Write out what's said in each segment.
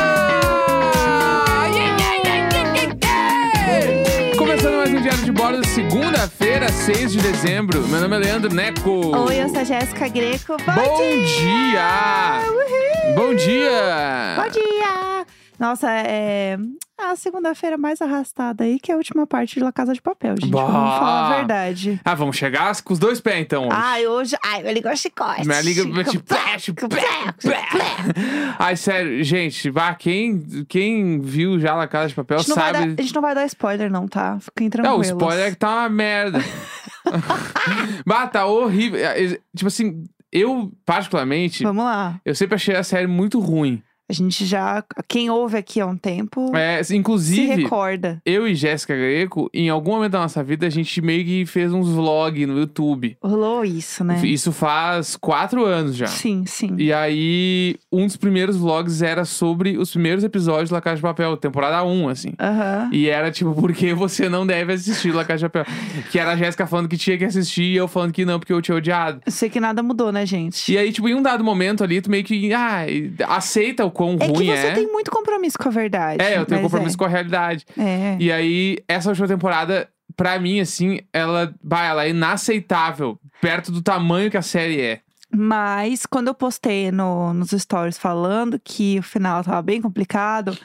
um Segunda-feira, 6 de dezembro. Meu nome é Leandro Neco. Oi, eu sou a Jéssica Greco. Bom, Bom dia! dia! Uhul! Bom dia! Bom dia! Nossa, é a segunda-feira mais arrastada aí, que é a última parte de La Casa de Papel, gente. Bah! Vamos falar a verdade. Ah, vamos chegar com os dois pés então. hoje. Ai, hoje. Ai, eu ligo a chicote. Minha liga. Chicote. Ai, sério, gente, vá, quem, quem viu já La Casa de A Papel gente, não vai dar, sabe. a gente não vai dar spoiler, não, tá? Fiquem Não, o tranquilos. spoiler é que tá uma merda. bah, tá horrível. É, é, Tipo assim, eu, particularmente, Vamos lá. eu sempre achei a série muito ruim. A gente já. Quem ouve aqui há um tempo É, assim, se inclusive, recorda. eu e Jéssica Greco, em algum momento da nossa vida, a gente meio que fez uns vlogs no YouTube. Rolou isso, né? Isso faz quatro anos já. Sim, sim. E aí, um dos primeiros vlogs era sobre os primeiros episódios de La Casa de Papel, temporada 1, assim. Aham. E era tipo, por que você não deve assistir La Casa de Papel? Que era a Jéssica falando que tinha que assistir e eu falando que não, porque eu tinha odiado. Eu sei que nada mudou, né, gente? E aí, tipo, em um dado momento ali, tu meio que ah, e- aceita o quão é que ruim você é. tem muito compromisso com a verdade. É, eu tenho mas compromisso com a realidade. é. É. E aí, essa última temporada, pra mim, assim, ela, bah, ela é inaceitável perto do tamanho que a série é. Mas quando eu postei no- nos stories falando que o final tava bem complicado,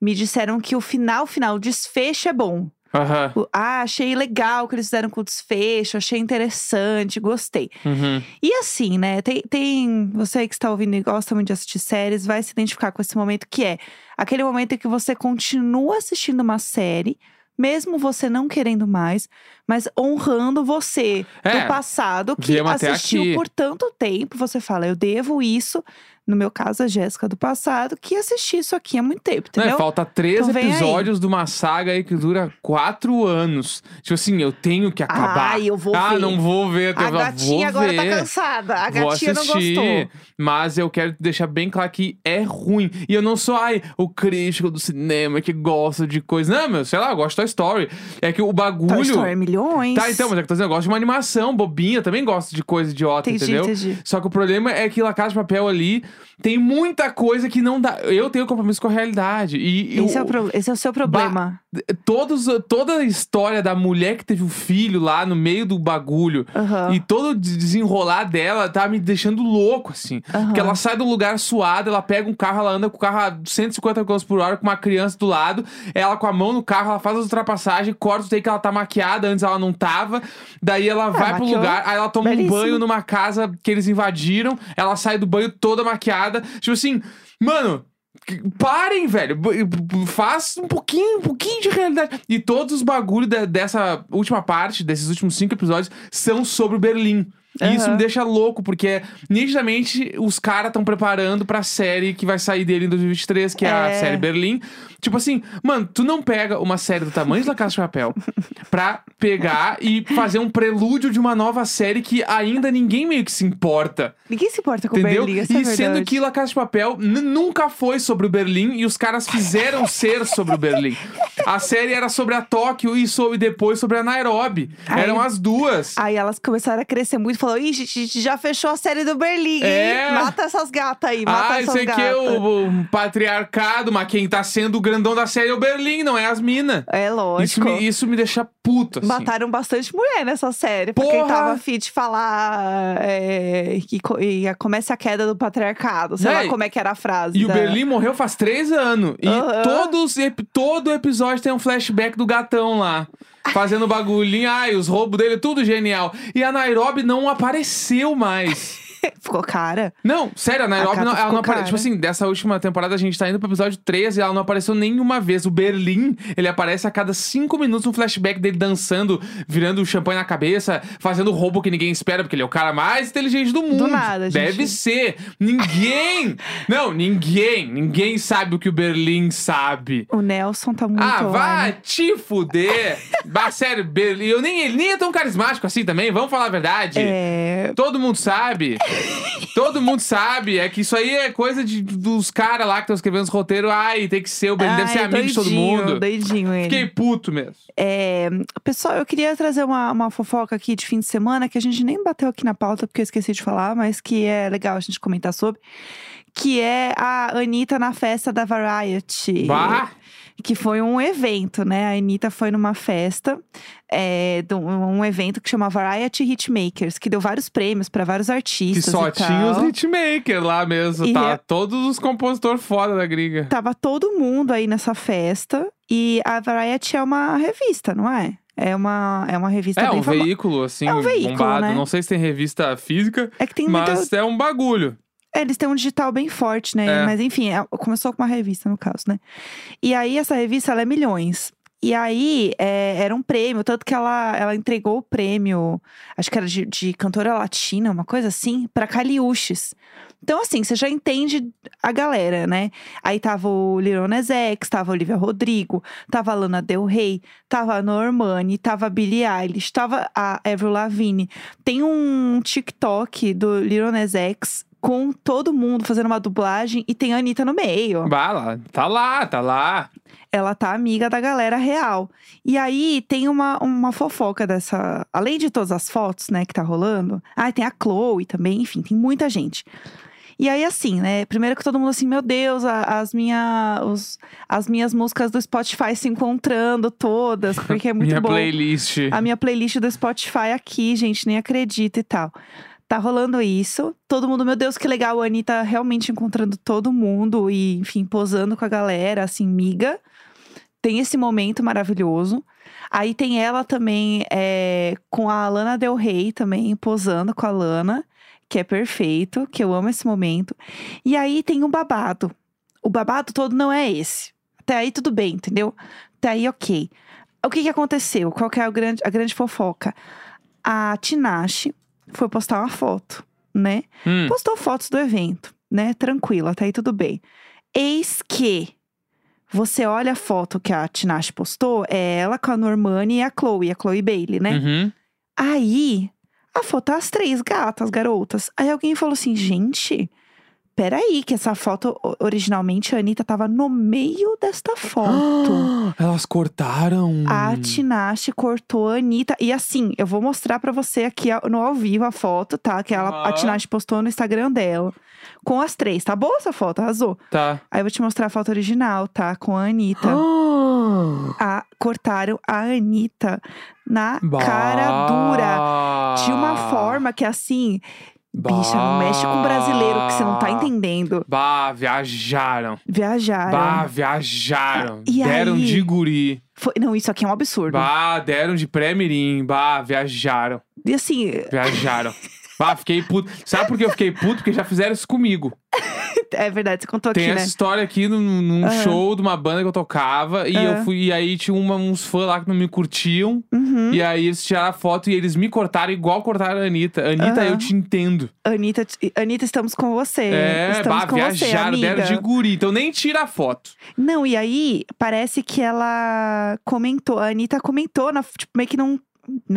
me disseram que o final, final, o desfecho é bom. Aham. O- Ah, achei legal o que eles fizeram com o desfecho, achei interessante, gostei. Uhum. E assim, né? Tem, tem- Você que está ouvindo e gosta muito de assistir séries, vai se identificar com esse momento que é aquele momento em que você continua assistindo uma série, mesmo você não querendo mais, mas honrando você É. do passado que viemos até aqui. assistiu por tanto tempo. Você fala, eu devo isso. No meu caso, a Jéssica do passado, que assisti isso aqui há muito tempo, Não, e entendeu? falta três Então vem aí. episódios de uma saga aí que dura quatro anos. Tipo assim, eu tenho que acabar. Ai, eu vou ah, ver. não vou ver. a eu vou ver. gatinha agora tá cansada. A Vou gatinha não assistir, gostou. mas eu quero deixar bem claro que é ruim. E eu não sou, ai, o crítico do cinema que gosta de coisa. Não, meu, sei lá, eu gosto de Toy Story. É que o Toy bagulho. Story é milhões. Tá, então, mas é que eu tô dizendo, eu gosto de uma animação bobinha, eu também gosto de coisa idiota, Entendi, entendeu? entendi. Só que o problema é que La Casa de Papel ali tem muita coisa que não dá. Eu tenho compromisso com a realidade. E Esse, eu- é o pro- esse é o seu problema. todos, toda a história da mulher que teve o filho lá no meio do bagulho Aham. e todo o des- desenrolar dela tá me deixando louco, assim. Aham. Porque ela sai do lugar suada, ela pega um carro, ela anda com o carro a 150 km por hora, com uma criança do lado, ela com a mão no carro, ela faz as ultrapassagens, corta o take que ela tá maquiada, antes ela não tava. Daí ela vai pro É, maquiou. lugar, aí ela toma Belíssimo. um banho numa casa que eles invadiram, ela sai do banho toda maquiada. Tipo assim, mano. que- Parem, velho. B- b- Faz um pouquinho, um pouquinho de realidade. E todos os bagulhos da- dessa última parte, desses últimos cinco episódios, são sobre Berlim. E isso Aham. me deixa louco, porque é, nitidamente os caras estão preparando pra série que vai sair dele em 2023, que é, a É. série Berlim. Tipo assim, mano, tu não pega uma série do tamanho de La Casa de Papel pra pegar e fazer um prelúdio de uma nova série que ainda ninguém meio que se importa, Ninguém se importa com entendeu? Berlim, essa é a e sendo verdade. que La Casa de Papel n- nunca foi sobre o Berlim e os caras fizeram ser sobre o Berlim. A série era sobre a Tóquio e sobre depois sobre a Nairobi. Ai. Eram as duas. Aí elas começaram a crescer muito e falou: Ih, gente, gente, já fechou a série do Berlim, hein? É. Mata essas gatas aí, mata Ah, isso essas aqui gatas. é o, o patriarcado, mas quem tá sendo o grandão da série é o Berlim, não é as minas. É Isso lógico. me, isso me deixa puto, assim. Mataram bastante mulher nessa série. Pra quem Porra! tava afim de falar é, que co- e a- comece a queda do patriarcado. Sei Véi, lá como é que era a frase. E o da- Berlim morreu faz três anos. E Aham. todos, ep- todo episódio tem um flashback do gatão lá. Fazendo bagulhinho. Ai, os roubos dele, tudo genial. E a Nairobi não apareceu mais. Ficou cara. Não, sério, a Nairobi capa não, ela ficou não apareceu. cara. Tipo assim, dessa última temporada a gente tá indo pro episódio 13 e ela não apareceu nenhuma vez. O Berlim, ele aparece a cada cinco minutos um flashback dele dançando, virando champanhe na cabeça, fazendo roubo que ninguém espera, porque ele é o cara mais inteligente do mundo. nada, gente. Deve ser. Ninguém. não, ninguém. Ninguém sabe o que o Berlim sabe. O Nelson tá muito. Ah, online. vai te fuder! bah, sério, Berlim. Eu nem, ele nem é tão carismático assim também, vamos falar a verdade. É, Todo mundo sabe. Todo mundo sabe. É que isso aí é coisa de, dos caras lá que estão escrevendo os roteiros. Ai, tem que ser o Berlim. ah, Deve ser é amigo de todo doidinho, mundo. Doidinho ele. Fiquei puto mesmo. É, pessoal, eu queria trazer uma, uma fofoca aqui de fim de semana que a gente nem bateu aqui na pauta porque eu esqueci de falar, mas que é legal a gente comentar sobre. Que é a Anitta na festa da Variety. Bah! que foi um evento, né? A Anitta foi numa festa, é, de um um evento que chama Variety Hitmakers, que deu vários prêmios para vários Que artistas. só e tinha os tal. hitmakers lá mesmo, E tá? é- Todos os compositores fora da gringa. Tava todo mundo aí nessa festa. E a Variety é uma revista, não é? É uma, é uma revista É bem um famosa. veículo, assim, É um veículo, bombado. né? Não sei se tem revista física, É que tem muita- mas é um bagulho. É, Eles têm um digital bem forte, né? É. Mas enfim, é- começou com uma revista, no caso, né? E aí, essa revista, ela é milhões. E aí, é, era um prêmio, tanto que ela, ela entregou o prêmio, acho que era de, de cantora latina, uma coisa assim, pra Caliuches. Então, assim, você já entende a galera, né? Aí tava o Lil Nas X, tava a Olivia Rodrigo, tava a Lana Del Rey, tava a Normani, tava a Billie Eilish, tava a Avril Lavigne. Tem um TikTok do Lil Nas X com todo mundo fazendo uma dublagem e tem a Anitta no meio. Bala, tá lá, tá lá. Ela tá amiga da galera real. E aí tem uma, uma fofoca dessa. Além de todas as fotos, né, que tá rolando. Ah, tem a Chloe também, enfim, tem muita gente. E aí, assim, né? Primeiro que todo mundo assim, meu Deus, a- as, minha, os- as minhas músicas do Spotify se encontrando todas, porque é muito Minha bom. Ah, playlist. A minha playlist do Spotify aqui, gente, nem acredita e tal. Tá rolando isso. Todo mundo, meu Deus, que legal, a Anitta realmente encontrando todo mundo e, enfim, posando com a galera, assim, miga. Tem esse momento maravilhoso. Aí tem ela também é, com a Lana Del Rey também, posando com a Lana, que é perfeito, que eu amo esse momento. E aí tem um babado. O babado todo não é esse. Até aí tudo bem, entendeu? Até aí ok. O que, que aconteceu? Qual que é a grande, a grande fofoca? A Tinashe foi postar uma foto, né? Hum, Postou fotos do evento, né? Tranquilo, até aí tudo bem. Eis que você olha a foto que a Tinashe postou, é ela com a Normani e a Chloe, a Chloe Bailey, né? uhum. Aí, a foto tá as três gatas, garotas. Aí alguém falou assim, gente, peraí, que essa foto o- originalmente a Anitta tava no meio desta foto. Elas cortaram. um- A Tinashe cortou a Anitta. E assim, eu vou mostrar pra você aqui a- no ao vivo a foto, tá? Que ela, Aham. a Tinashe postou no Instagram dela. Com as três. Tá boa essa foto? Arrasou. Tá. Aí eu vou te mostrar a foto original, tá? Com a Anitta. A, cortaram a Anitta na cara dura. De uma forma que assim, bicha, não mexe com brasileiro, que você não tá entendendo. Bah, viajaram. Viajaram. Bah, viajaram. E deram aí? de guri. Foi- não, isso aqui é um absurdo. Bah, deram de pré-mirim. Bah, viajaram. E assim, Viajaram. bah, fiquei puto. Sabe por que eu fiquei puto? Porque já fizeram isso comigo. é verdade, você contou Tem aqui, essa né? história aqui num, num Aham. show de uma banda que eu tocava. E eu Aham. fui. E aí tinha uma- uns fãs lá que não me curtiam. Uhum. E aí eles tiraram a foto e eles me cortaram igual cortaram a Anitta. Anitta, Aham. eu te entendo. Anitta, te- Anitta, estamos com você. É, estamos bah, com você, viajaram, amiga. deram de guri. Então nem tira a foto. Não, e aí parece que ela comentou, a Anitta comentou, na, tipo, meio que não.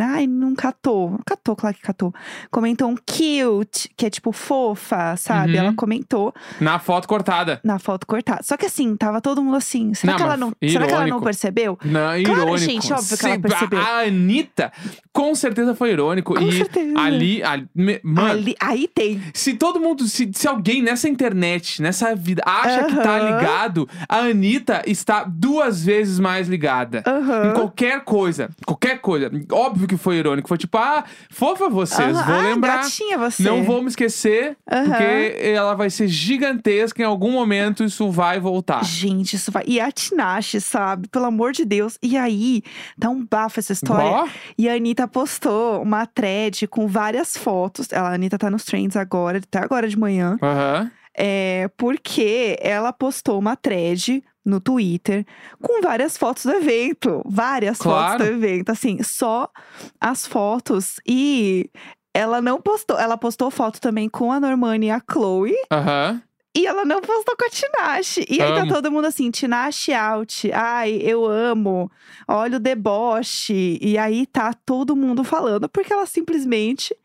Ai, não catou. Catou, claro que catou. Comentou um cute, que é tipo fofa, sabe? Uhum. Ela comentou Na foto cortada. na foto cortada. Só que assim, tava todo mundo assim. Será, Não, que, ela mas não, f- será que ela não irônico. percebeu? Não, é Claro, irônico. ah, gente, óbvio que ela Se- percebeu. A Anitta, com certeza foi irônico. Com e certeza. ali, ali- me- mano, Ali- aí tem. se todo mundo, se, se alguém nessa internet, nessa vida, acha que tá Aham. ligado, a Anitta está duas vezes mais ligada. Em Aham. qualquer coisa, qualquer coisa. Óbvio que foi irônico. Foi tipo, ah, fofa vocês, Aham. vou Ah, lembrar. Gatinha você. Não vou me esquecer, Aham. porque ela vai ser gigantesca. Em algum momento isso vai voltar. Gente, isso vai. E a Tinashe, sabe? Pelo amor de Deus. E aí, tá um bafo essa história. Ó, E a Anitta postou uma thread com várias fotos. Ela, a Anitta tá nos trends agora, até agora de manhã. aham. É, porque ela postou uma thread no Twitter com várias fotos do evento. Várias Claro. fotos do evento. Assim, só as fotos. E ela não postou. Ela postou foto também com a Normani e a Chloe. aham. E ela não postou com a Tinashe. E aí Amo. tá todo mundo assim, Tinashe out. Ai, eu amo. Olha o deboche. E aí tá todo mundo falando, porque ela simplesmente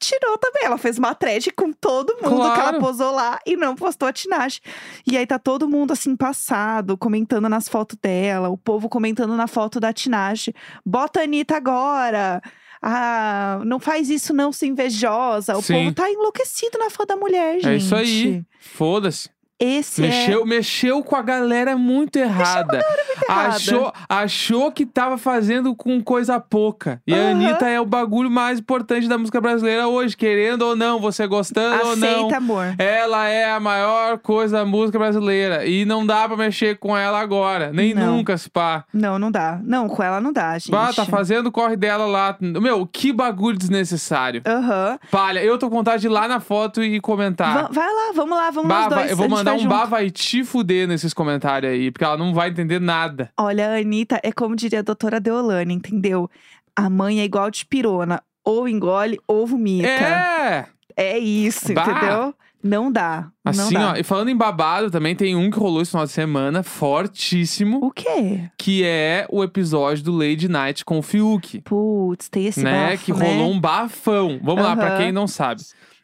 tirou também. Ela fez uma thread com todo mundo que Claro. ela posou lá e não postou a Tinashe. E aí tá todo mundo assim, passado, comentando nas fotos dela. O povo comentando na foto da Tinashe. Bota a Anitta agora! Ah, não faz isso não, sou invejosa. O Sim. povo tá enlouquecido na foto da mulher, gente. É isso aí. Foda-se. Esse Mexeu, mexeu com a galera muito errada. é errado. Achou, achou que tava fazendo com coisa pouca. E a Aham. Anitta é o bagulho mais importante da música brasileira hoje, querendo ou não, você gostando ou não. aceita amor. Ela é a maior coisa da música brasileira. E não dá pra mexer com ela agora. Nem Não. nunca, se pá. Não, não dá. Não, com ela não dá, gente. Ah, tá fazendo o corre dela lá. Meu, que bagulho desnecessário. Aham. Palha, eu tô com vontade de ir lá na foto e comentar. Va- Vai lá, vamos lá, vamos Bah, nós dois. vai- Tá. eu vou a gente mandar vai um junto. bah vai te fuder nesses comentários aí, porque ela não vai entender nada. Olha, a Anitta é como diria a doutora Deolane, entendeu? A mãe é igual de pirona. Ou engole ou vomita. É! É, isso, Bah. entendeu? Não dá. Assim, não dá. ó, e falando em babado, também tem um que rolou esse final de semana, fortíssimo, O quê? que é o episódio do Lady Night com o Fiuk. Putz, tem esse né? bafo, que né? rolou um bafão. Vamos lá, pra Aham. quem não sabe.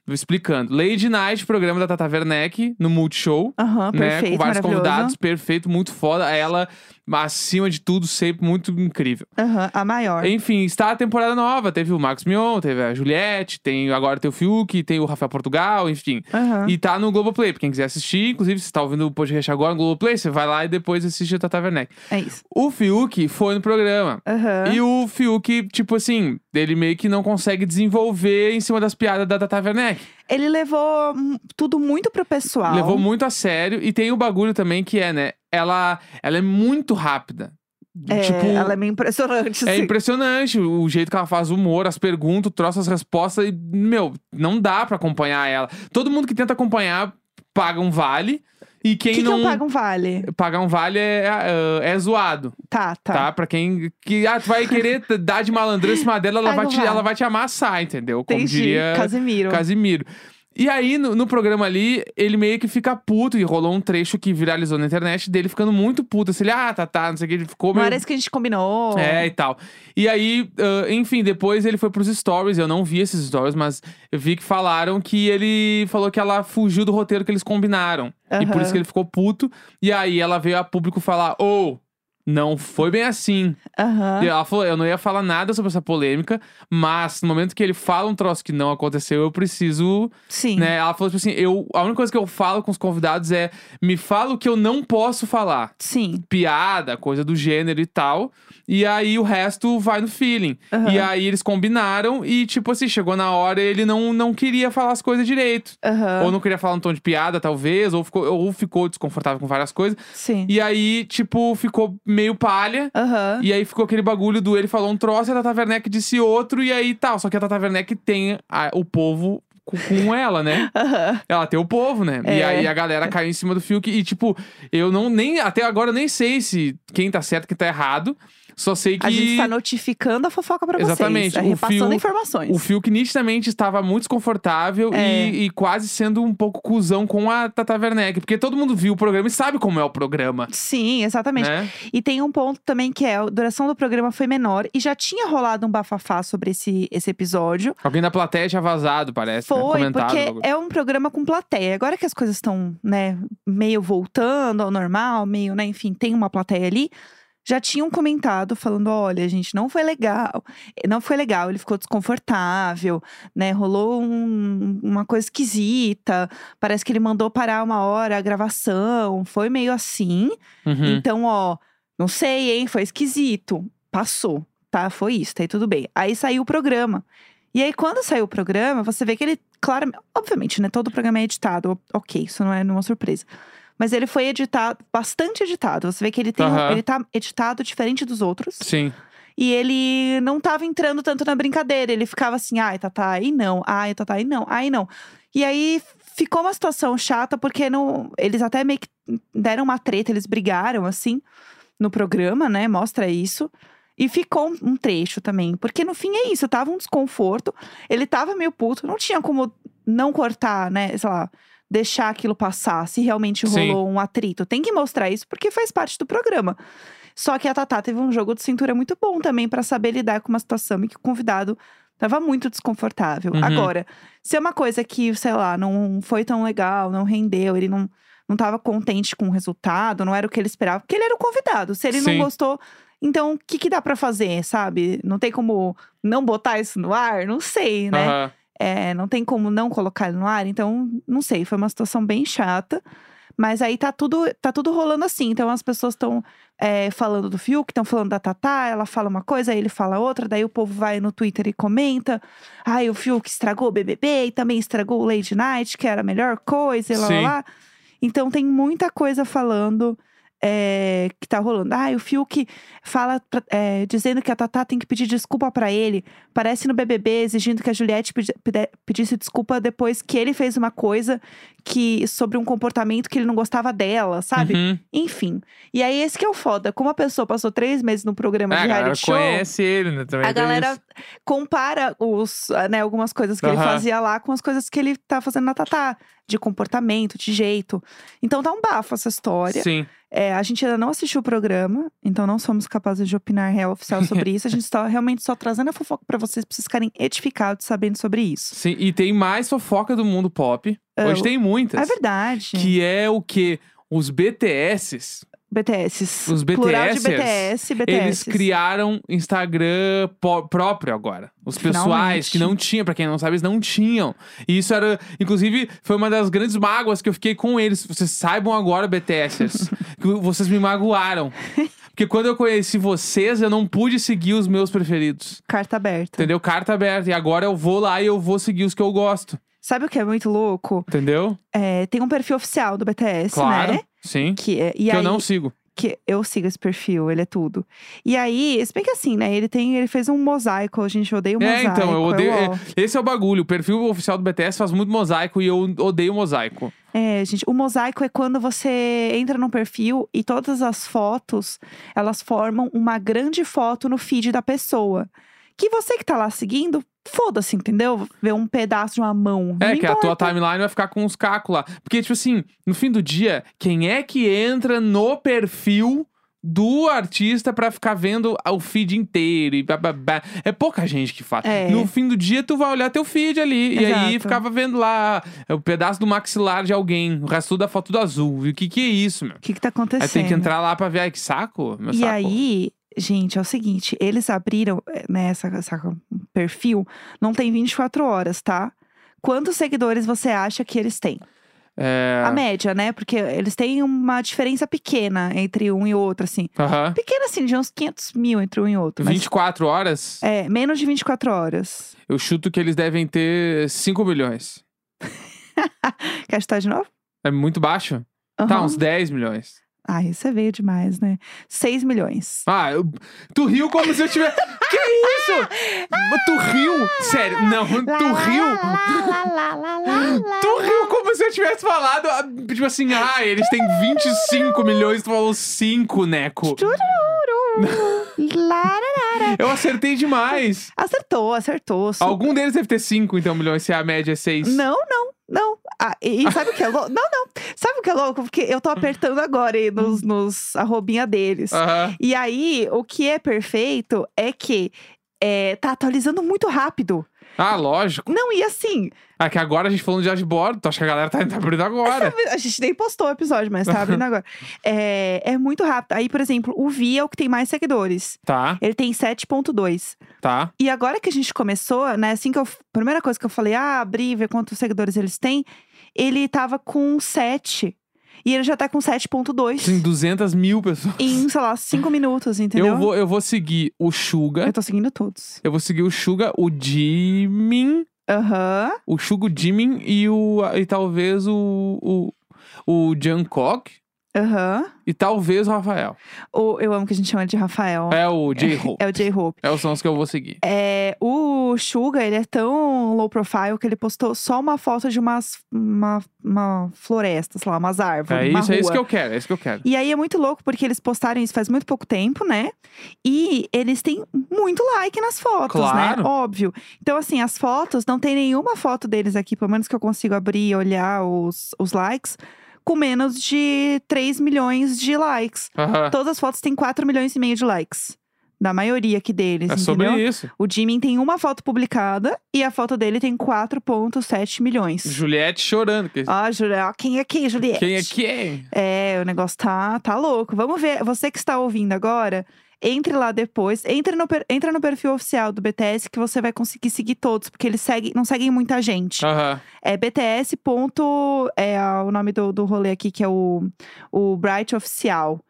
Vou explicando. Lady Night, programa da Tata Werneck, no Multishow. Aham, Né, Ah, perfeito, com vários maravilhoso. convidados, perfeito, muito foda. Ela, acima de tudo, sempre muito incrível. Aham, a maior. Enfim, está a temporada nova. Teve o Marcos Mion, teve a Juliette, tem agora tem o Fiuk, tem o Rafael Portugal, enfim. Aham. E tá no Globoplay, pra quem quiser assistir. Inclusive, se está ouvindo o podcast agora no Globoplay, você vai lá e depois assiste a Tata Werneck. É isso. O Fiuk foi no programa. Aham. E o Fiuk, tipo assim, ele meio que não consegue desenvolver em cima das piadas da Tata Werneck. Ele levou hum, tudo muito pro pessoal. Levou muito a sério. E tem o bagulho também que é, né? Ela, ela é muito rápida. É, tipo, ela é meio impressionante, é assim. impressionante o jeito que ela faz o humor, as perguntas, o troço, as respostas. E, meu, não dá pra acompanhar ela. Todo mundo que tenta acompanhar paga um vale. E O quem que, que não. eu pago um vale? Pagar um vale é, é, é zoado, Tá, tá? tá. Pra quem. Que, ah, tu vai querer t- dar de malandrão em cima dela, ela Paga vai, um te, vale. ela vai te amassar, entendeu? Como Entendi. diria Casimiro. Casimiro. E aí, no, no programa ali, ele meio que fica puto. E rolou um trecho que viralizou na internet dele ficando muito puto. Assim, ele, ah, tá, tá, não sei o que. Ele ficou Não meio... era isso que a gente combinou. É, e tal. E aí, ah, enfim, depois ele foi pros stories. Eu não vi esses stories, mas eu vi que falaram que ele falou que ela fugiu do roteiro que eles combinaram. E por Aham. isso que ele ficou puto. E aí ela veio a público falar: ô, não foi bem assim. Aham. E ela falou: eu não ia falar nada sobre essa polêmica, mas no momento que ele fala um troço que não aconteceu, eu preciso Sim. né? Ela falou tipo assim, eu, a única coisa que eu falo com os convidados é me fala o que eu não posso falar. Sim. Piada, coisa do gênero e tal. E aí o resto vai no feeling. Aham. E aí eles combinaram e, tipo assim, chegou na hora e ele não, não queria falar as coisas direito. Aham. Ou não queria falar um tom de piada, talvez, ou ficou, ou ficou desconfortável com várias coisas. Sim. E aí, tipo, ficou meio palha. Aham. E aí ficou aquele bagulho do ele falou um troço, a Tata Werneck disse outro, e aí tal. Só que a Tata Werneck tem a- o povo com- com ela, né? Aham. Ela tem o povo, né? E É. aí a galera caiu em cima do Fiuk. E, tipo, eu não nem. Até agora eu nem sei se quem tá certo, quem tá errado. Só sei que. A gente tá notificando a fofoca pra Exatamente. vocês. É, O repassando fio- informações. O Fiuk nitidamente estava muito desconfortável É. e, e quase sendo um pouco cuzão com a Tata Werneck. Porque todo mundo viu o programa e sabe como é o programa. Sim, exatamente. Né? E tem um ponto também que é, a duração do programa foi menor e já tinha rolado um bafafá sobre esse, esse episódio. Alguém da plateia tinha vazado, parece. né? Foi, Comentado. porque logo. é um programa com plateia. Agora que as coisas estão, né, meio voltando ao normal, meio, né, enfim, tem uma plateia ali. Já tinham comentado falando, olha, gente, não foi legal. Não foi legal, ele ficou desconfortável, né? Rolou um- uma coisa esquisita. Parece que ele mandou parar uma hora a gravação. Foi meio assim. Uhum. Então, ó, não sei, hein? Foi esquisito. Passou, tá? Foi isso, tá aí tudo bem. Aí saiu o programa. E aí, quando saiu o programa, você vê que ele, claramente. Obviamente, né? Todo programa é editado, o- ok, isso não é nenhuma surpresa. Mas ele foi editado, bastante editado. Você vê que ele tem. Aham. Ele tá editado diferente dos outros. Sim. E ele não tava entrando tanto na brincadeira. Ele ficava assim, ai, Tatá, aí não. Ai, Tatá, aí não. Ai, não. E aí ficou uma situação chata, porque não, eles até meio que deram uma treta, eles brigaram, assim, no programa, né? Mostra isso. E ficou um- um trecho também. Porque no fim é isso, tava um desconforto. Ele tava meio puto, não tinha como não cortar, né? Sei lá, deixar aquilo passar, se realmente Sim. rolou um atrito. Tem que mostrar isso, porque faz parte do programa. Só que a Tatá teve um jogo de cintura muito bom também pra saber lidar com uma situação em que o convidado tava muito desconfortável. Uhum. Agora, se é uma coisa que, sei lá, não foi tão legal, não rendeu, ele não, não tava contente com o resultado, não era o que ele esperava, porque ele era o convidado. Se ele Sim. não gostou, então o que, que dá pra fazer, sabe? Não tem como não botar isso no ar? Não sei, né? Aham. É, não tem como não colocar ele no ar, então não sei, foi uma situação bem chata. Mas aí tá tudo, tá tudo rolando assim. Então as pessoas estão falando do Fiuk, estão falando da Tatá, ela fala uma coisa, aí ele fala outra, daí o povo vai no Twitter e comenta. Ai, o Fiuk estragou o BBB e também estragou o Lady Night, que era a melhor coisa, e lá, lá, Sim. lá. Então tem muita coisa falando é, que tá rolando. Ai, o Fiuk fala pra- é, dizendo que a Tatá tem que pedir desculpa pra ele. Parece no BBB exigindo que a Juliette pedi- pede- pedisse desculpa depois que ele fez uma coisa que sobre um comportamento que ele não gostava dela, sabe? Uhum. Enfim. E aí, esse que é o foda. Como a pessoa passou três meses num programa É, de a galera reality show, conhece ele, né? Também a tem galera isso. compara os, ah, né, algumas coisas que ele Aham. fazia lá com as coisas que ele tá fazendo na Tatá. De comportamento, de jeito. Então tá um bafo essa história. Sim. É, a gente ainda não assistiu o programa, então não somos capazes de opinar real oficial sobre isso. A gente está realmente só trazendo a fofoca pra vocês, pra vocês ficarem edificados sabendo sobre isso. Sim, e tem mais fofoca do mundo pop. Hoje tem muitas. É verdade. Então, Que é o quê? Os BTS, BTS. Os Plural de BTSers, BTS, BTS. eles criaram Instagram po- próprio agora. Os pessoais Finalmente. que não tinham, pra quem não sabe, eles não tinham. E isso era, inclusive, foi uma das grandes mágoas que eu fiquei com eles. Vocês saibam agora, BTSers, que vocês me magoaram. Porque quando eu conheci vocês, eu não pude seguir os meus preferidos. Carta aberta. Entendeu? Carta aberta. E agora eu vou lá e eu vou seguir os que eu gosto. Sabe o que é muito louco? Entendeu? É, tem um perfil oficial do BTS, claro. né? Sim. Que, é- e que aí, eu não sigo. que eu sigo esse perfil, ele é tudo. E aí, se bem que assim, né? Ele tem, ele fez um mosaico, gente, eu odeio é, mosaico. então, eu é odeio. ó. é, esse é o bagulho. O perfil oficial do BTS faz muito mosaico e eu odeio mosaico. É, gente, o mosaico é quando você entra num perfil e todas as fotos, elas formam uma grande foto no feed da pessoa. Que você que tá lá seguindo, foda-se, entendeu? Ver um pedaço de uma mão. É, Não que a tua importa. timeline vai ficar com uns cacos lá. Porque, tipo assim, no fim do dia, quem é que entra no perfil do artista pra ficar vendo o feed inteiro e bababá? É pouca gente que faz. É. No fim do dia, tu vai olhar teu feed ali. E aí Exato. ficava vendo lá é, o pedaço do maxilar de alguém, o resto da foto do azul. E o que que é isso, meu? O que que tá Aí acontecendo? tem que entrar lá pra ver. Ai, que saco, meu E saco. aí, gente, é o seguinte, eles abriram eh, né, essa, essa perfil, não tem 24 horas, tá? Quantos seguidores você acha que eles têm? É... A média, né? Porque eles têm uma diferença pequena entre um e outro, assim. Aham. Pequena, assim, de uns 500 mil entre um e outro. Mas, 24 horas, é, menos de 24 horas. eu chuto que eles devem ter 5 milhões. Quer chutar de novo? É muito baixo? Tá, Aham. uns 10 milhões. Ai, você veio demais, né? 6 milhões. Ah, eu- tu riu como se eu tivesse. que isso? tu riu? Sério, não, tu riu? Lá, lá, lá, lá, lá, lá. Tu riu como se eu tivesse falado, ah, tipo assim, ah, eles têm 25 milhões, tu falou 5, Neco. Tipo- Tururu. Lá, lá, lá. Eu acertei demais. Acertou, acertou. super. Algum deles deve ter 5, então, milhões, se a média é 6. Não, não, não. Ah, e e sabe o que é louco? Não, não. Sabe o que é louco? Porque eu tô apertando agora aí Hum. nos, nos arrobinha deles. Aham. E aí, o que é perfeito é que é, tá atualizando muito rápido. Ah, lógico. Não, e assim, Ah, que agora a gente falando de dashboard, tu acha que a galera tá, tá abrindo agora? a gente nem postou o episódio, mas tá abrindo agora. É, é muito rápido. Aí, por exemplo, o Vi é o que tem mais seguidores. Tá, Ele tem 7.2. tá. E agora que a gente começou, né? Assim que eu. Primeira coisa que eu falei, ah, abri, ver quantos seguidores eles têm. Ele tava com 7. E ele já tá com Tem 7,2 200 mil pessoas. em, sei lá, 5 minutos, entendeu? Eu vou, né? eu vou seguir o Suga. Eu tô seguindo todos. Eu vou seguir o Suga, o Jimin, Aham. o Suga, o Jimin e o e talvez o o, o Jungkook Aham. e talvez o Rafael. O- Eu amo que a gente chama de Rafael. É o J-Hope. É o J-Hope. é os sons que eu vou seguir. É, o Suga, ele é tão low profile que ele postou só uma foto de umas, uma, uma floresta, sei lá, umas árvores. É uma isso, é isso rua. que eu quero, é isso que eu quero. E aí é muito louco, porque eles postaram isso faz muito pouco tempo, né? E eles têm muito like nas fotos, Claro. né? Óbvio. Então, assim, as fotos, não tem nenhuma foto deles aqui, pelo menos que eu consigo abrir e olhar os, os likes, com menos de 3 milhões de likes. Aham. Todas as fotos têm 4 milhões e meio de likes. Da maioria aqui deles, É sobre entendeu? isso. O Jimin tem uma foto publicada e a foto dele tem 4,7 milhões. Juliette chorando. Que, Ó, Juliette, ó, quem é quem, Juliette? quem é quem? É, o negócio tá, tá louco. Vamos ver, você que está ouvindo agora, Entre lá depois. Entra no, per- entra no perfil oficial do BTS que você vai conseguir seguir todos, porque eles seguem, não seguem muita gente. Aham. É BTS. Ponto, é a- o nome do, do rolê aqui, que é o, o Bright Oficial.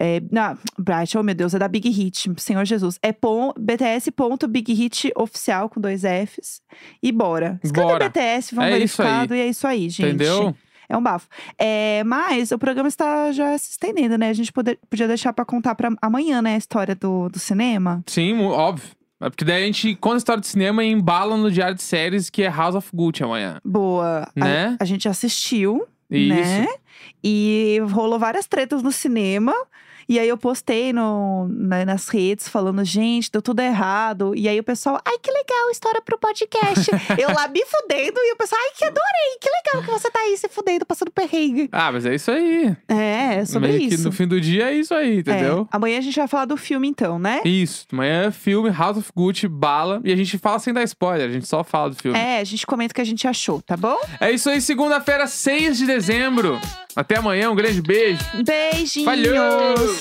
É, na, Bright, oh meu Deus, é da Big Hit, Senhor Jesus. É pon, BTS. ponto Big Hit Oficial com dois Fs. E bora. Escreve Bora. BTS, vão É isso aí. verificado e é isso aí, gente. Entendeu? É um bafo. É, mas o programa está já se estendendo, né? A gente poder- podia deixar pra contar pra amanhã, né? A história do, do cinema. Sim, mu- óbvio. É porque daí a gente conta a história de cinema e embala no diário de séries que é House of Gucci amanhã. Boa. A- Né? A, gente assistiu, Isso. né? E rolou várias tretas no cinema. E aí eu postei no, na- nas redes falando, gente, deu tudo errado. E aí o pessoal, ai, que legal, história pro podcast. eu lá me fudendo e o pessoal, ai, que adorei, que legal que você tá aí se fudendo, passando perrengue. Ah, mas é isso aí. É, é sobre Meio que isso. no fim do dia é isso aí, É, entendeu? amanhã a gente vai falar do filme, então, né? Isso. Amanhã é filme, House of Gucci, bala. E a gente fala sem dar spoiler, a gente só fala do filme. É, a gente comenta o que a gente achou, tá bom? É isso aí, segunda-feira, 6 de dezembro. Até amanhã, um grande beijo. Beijinhos! Valeu!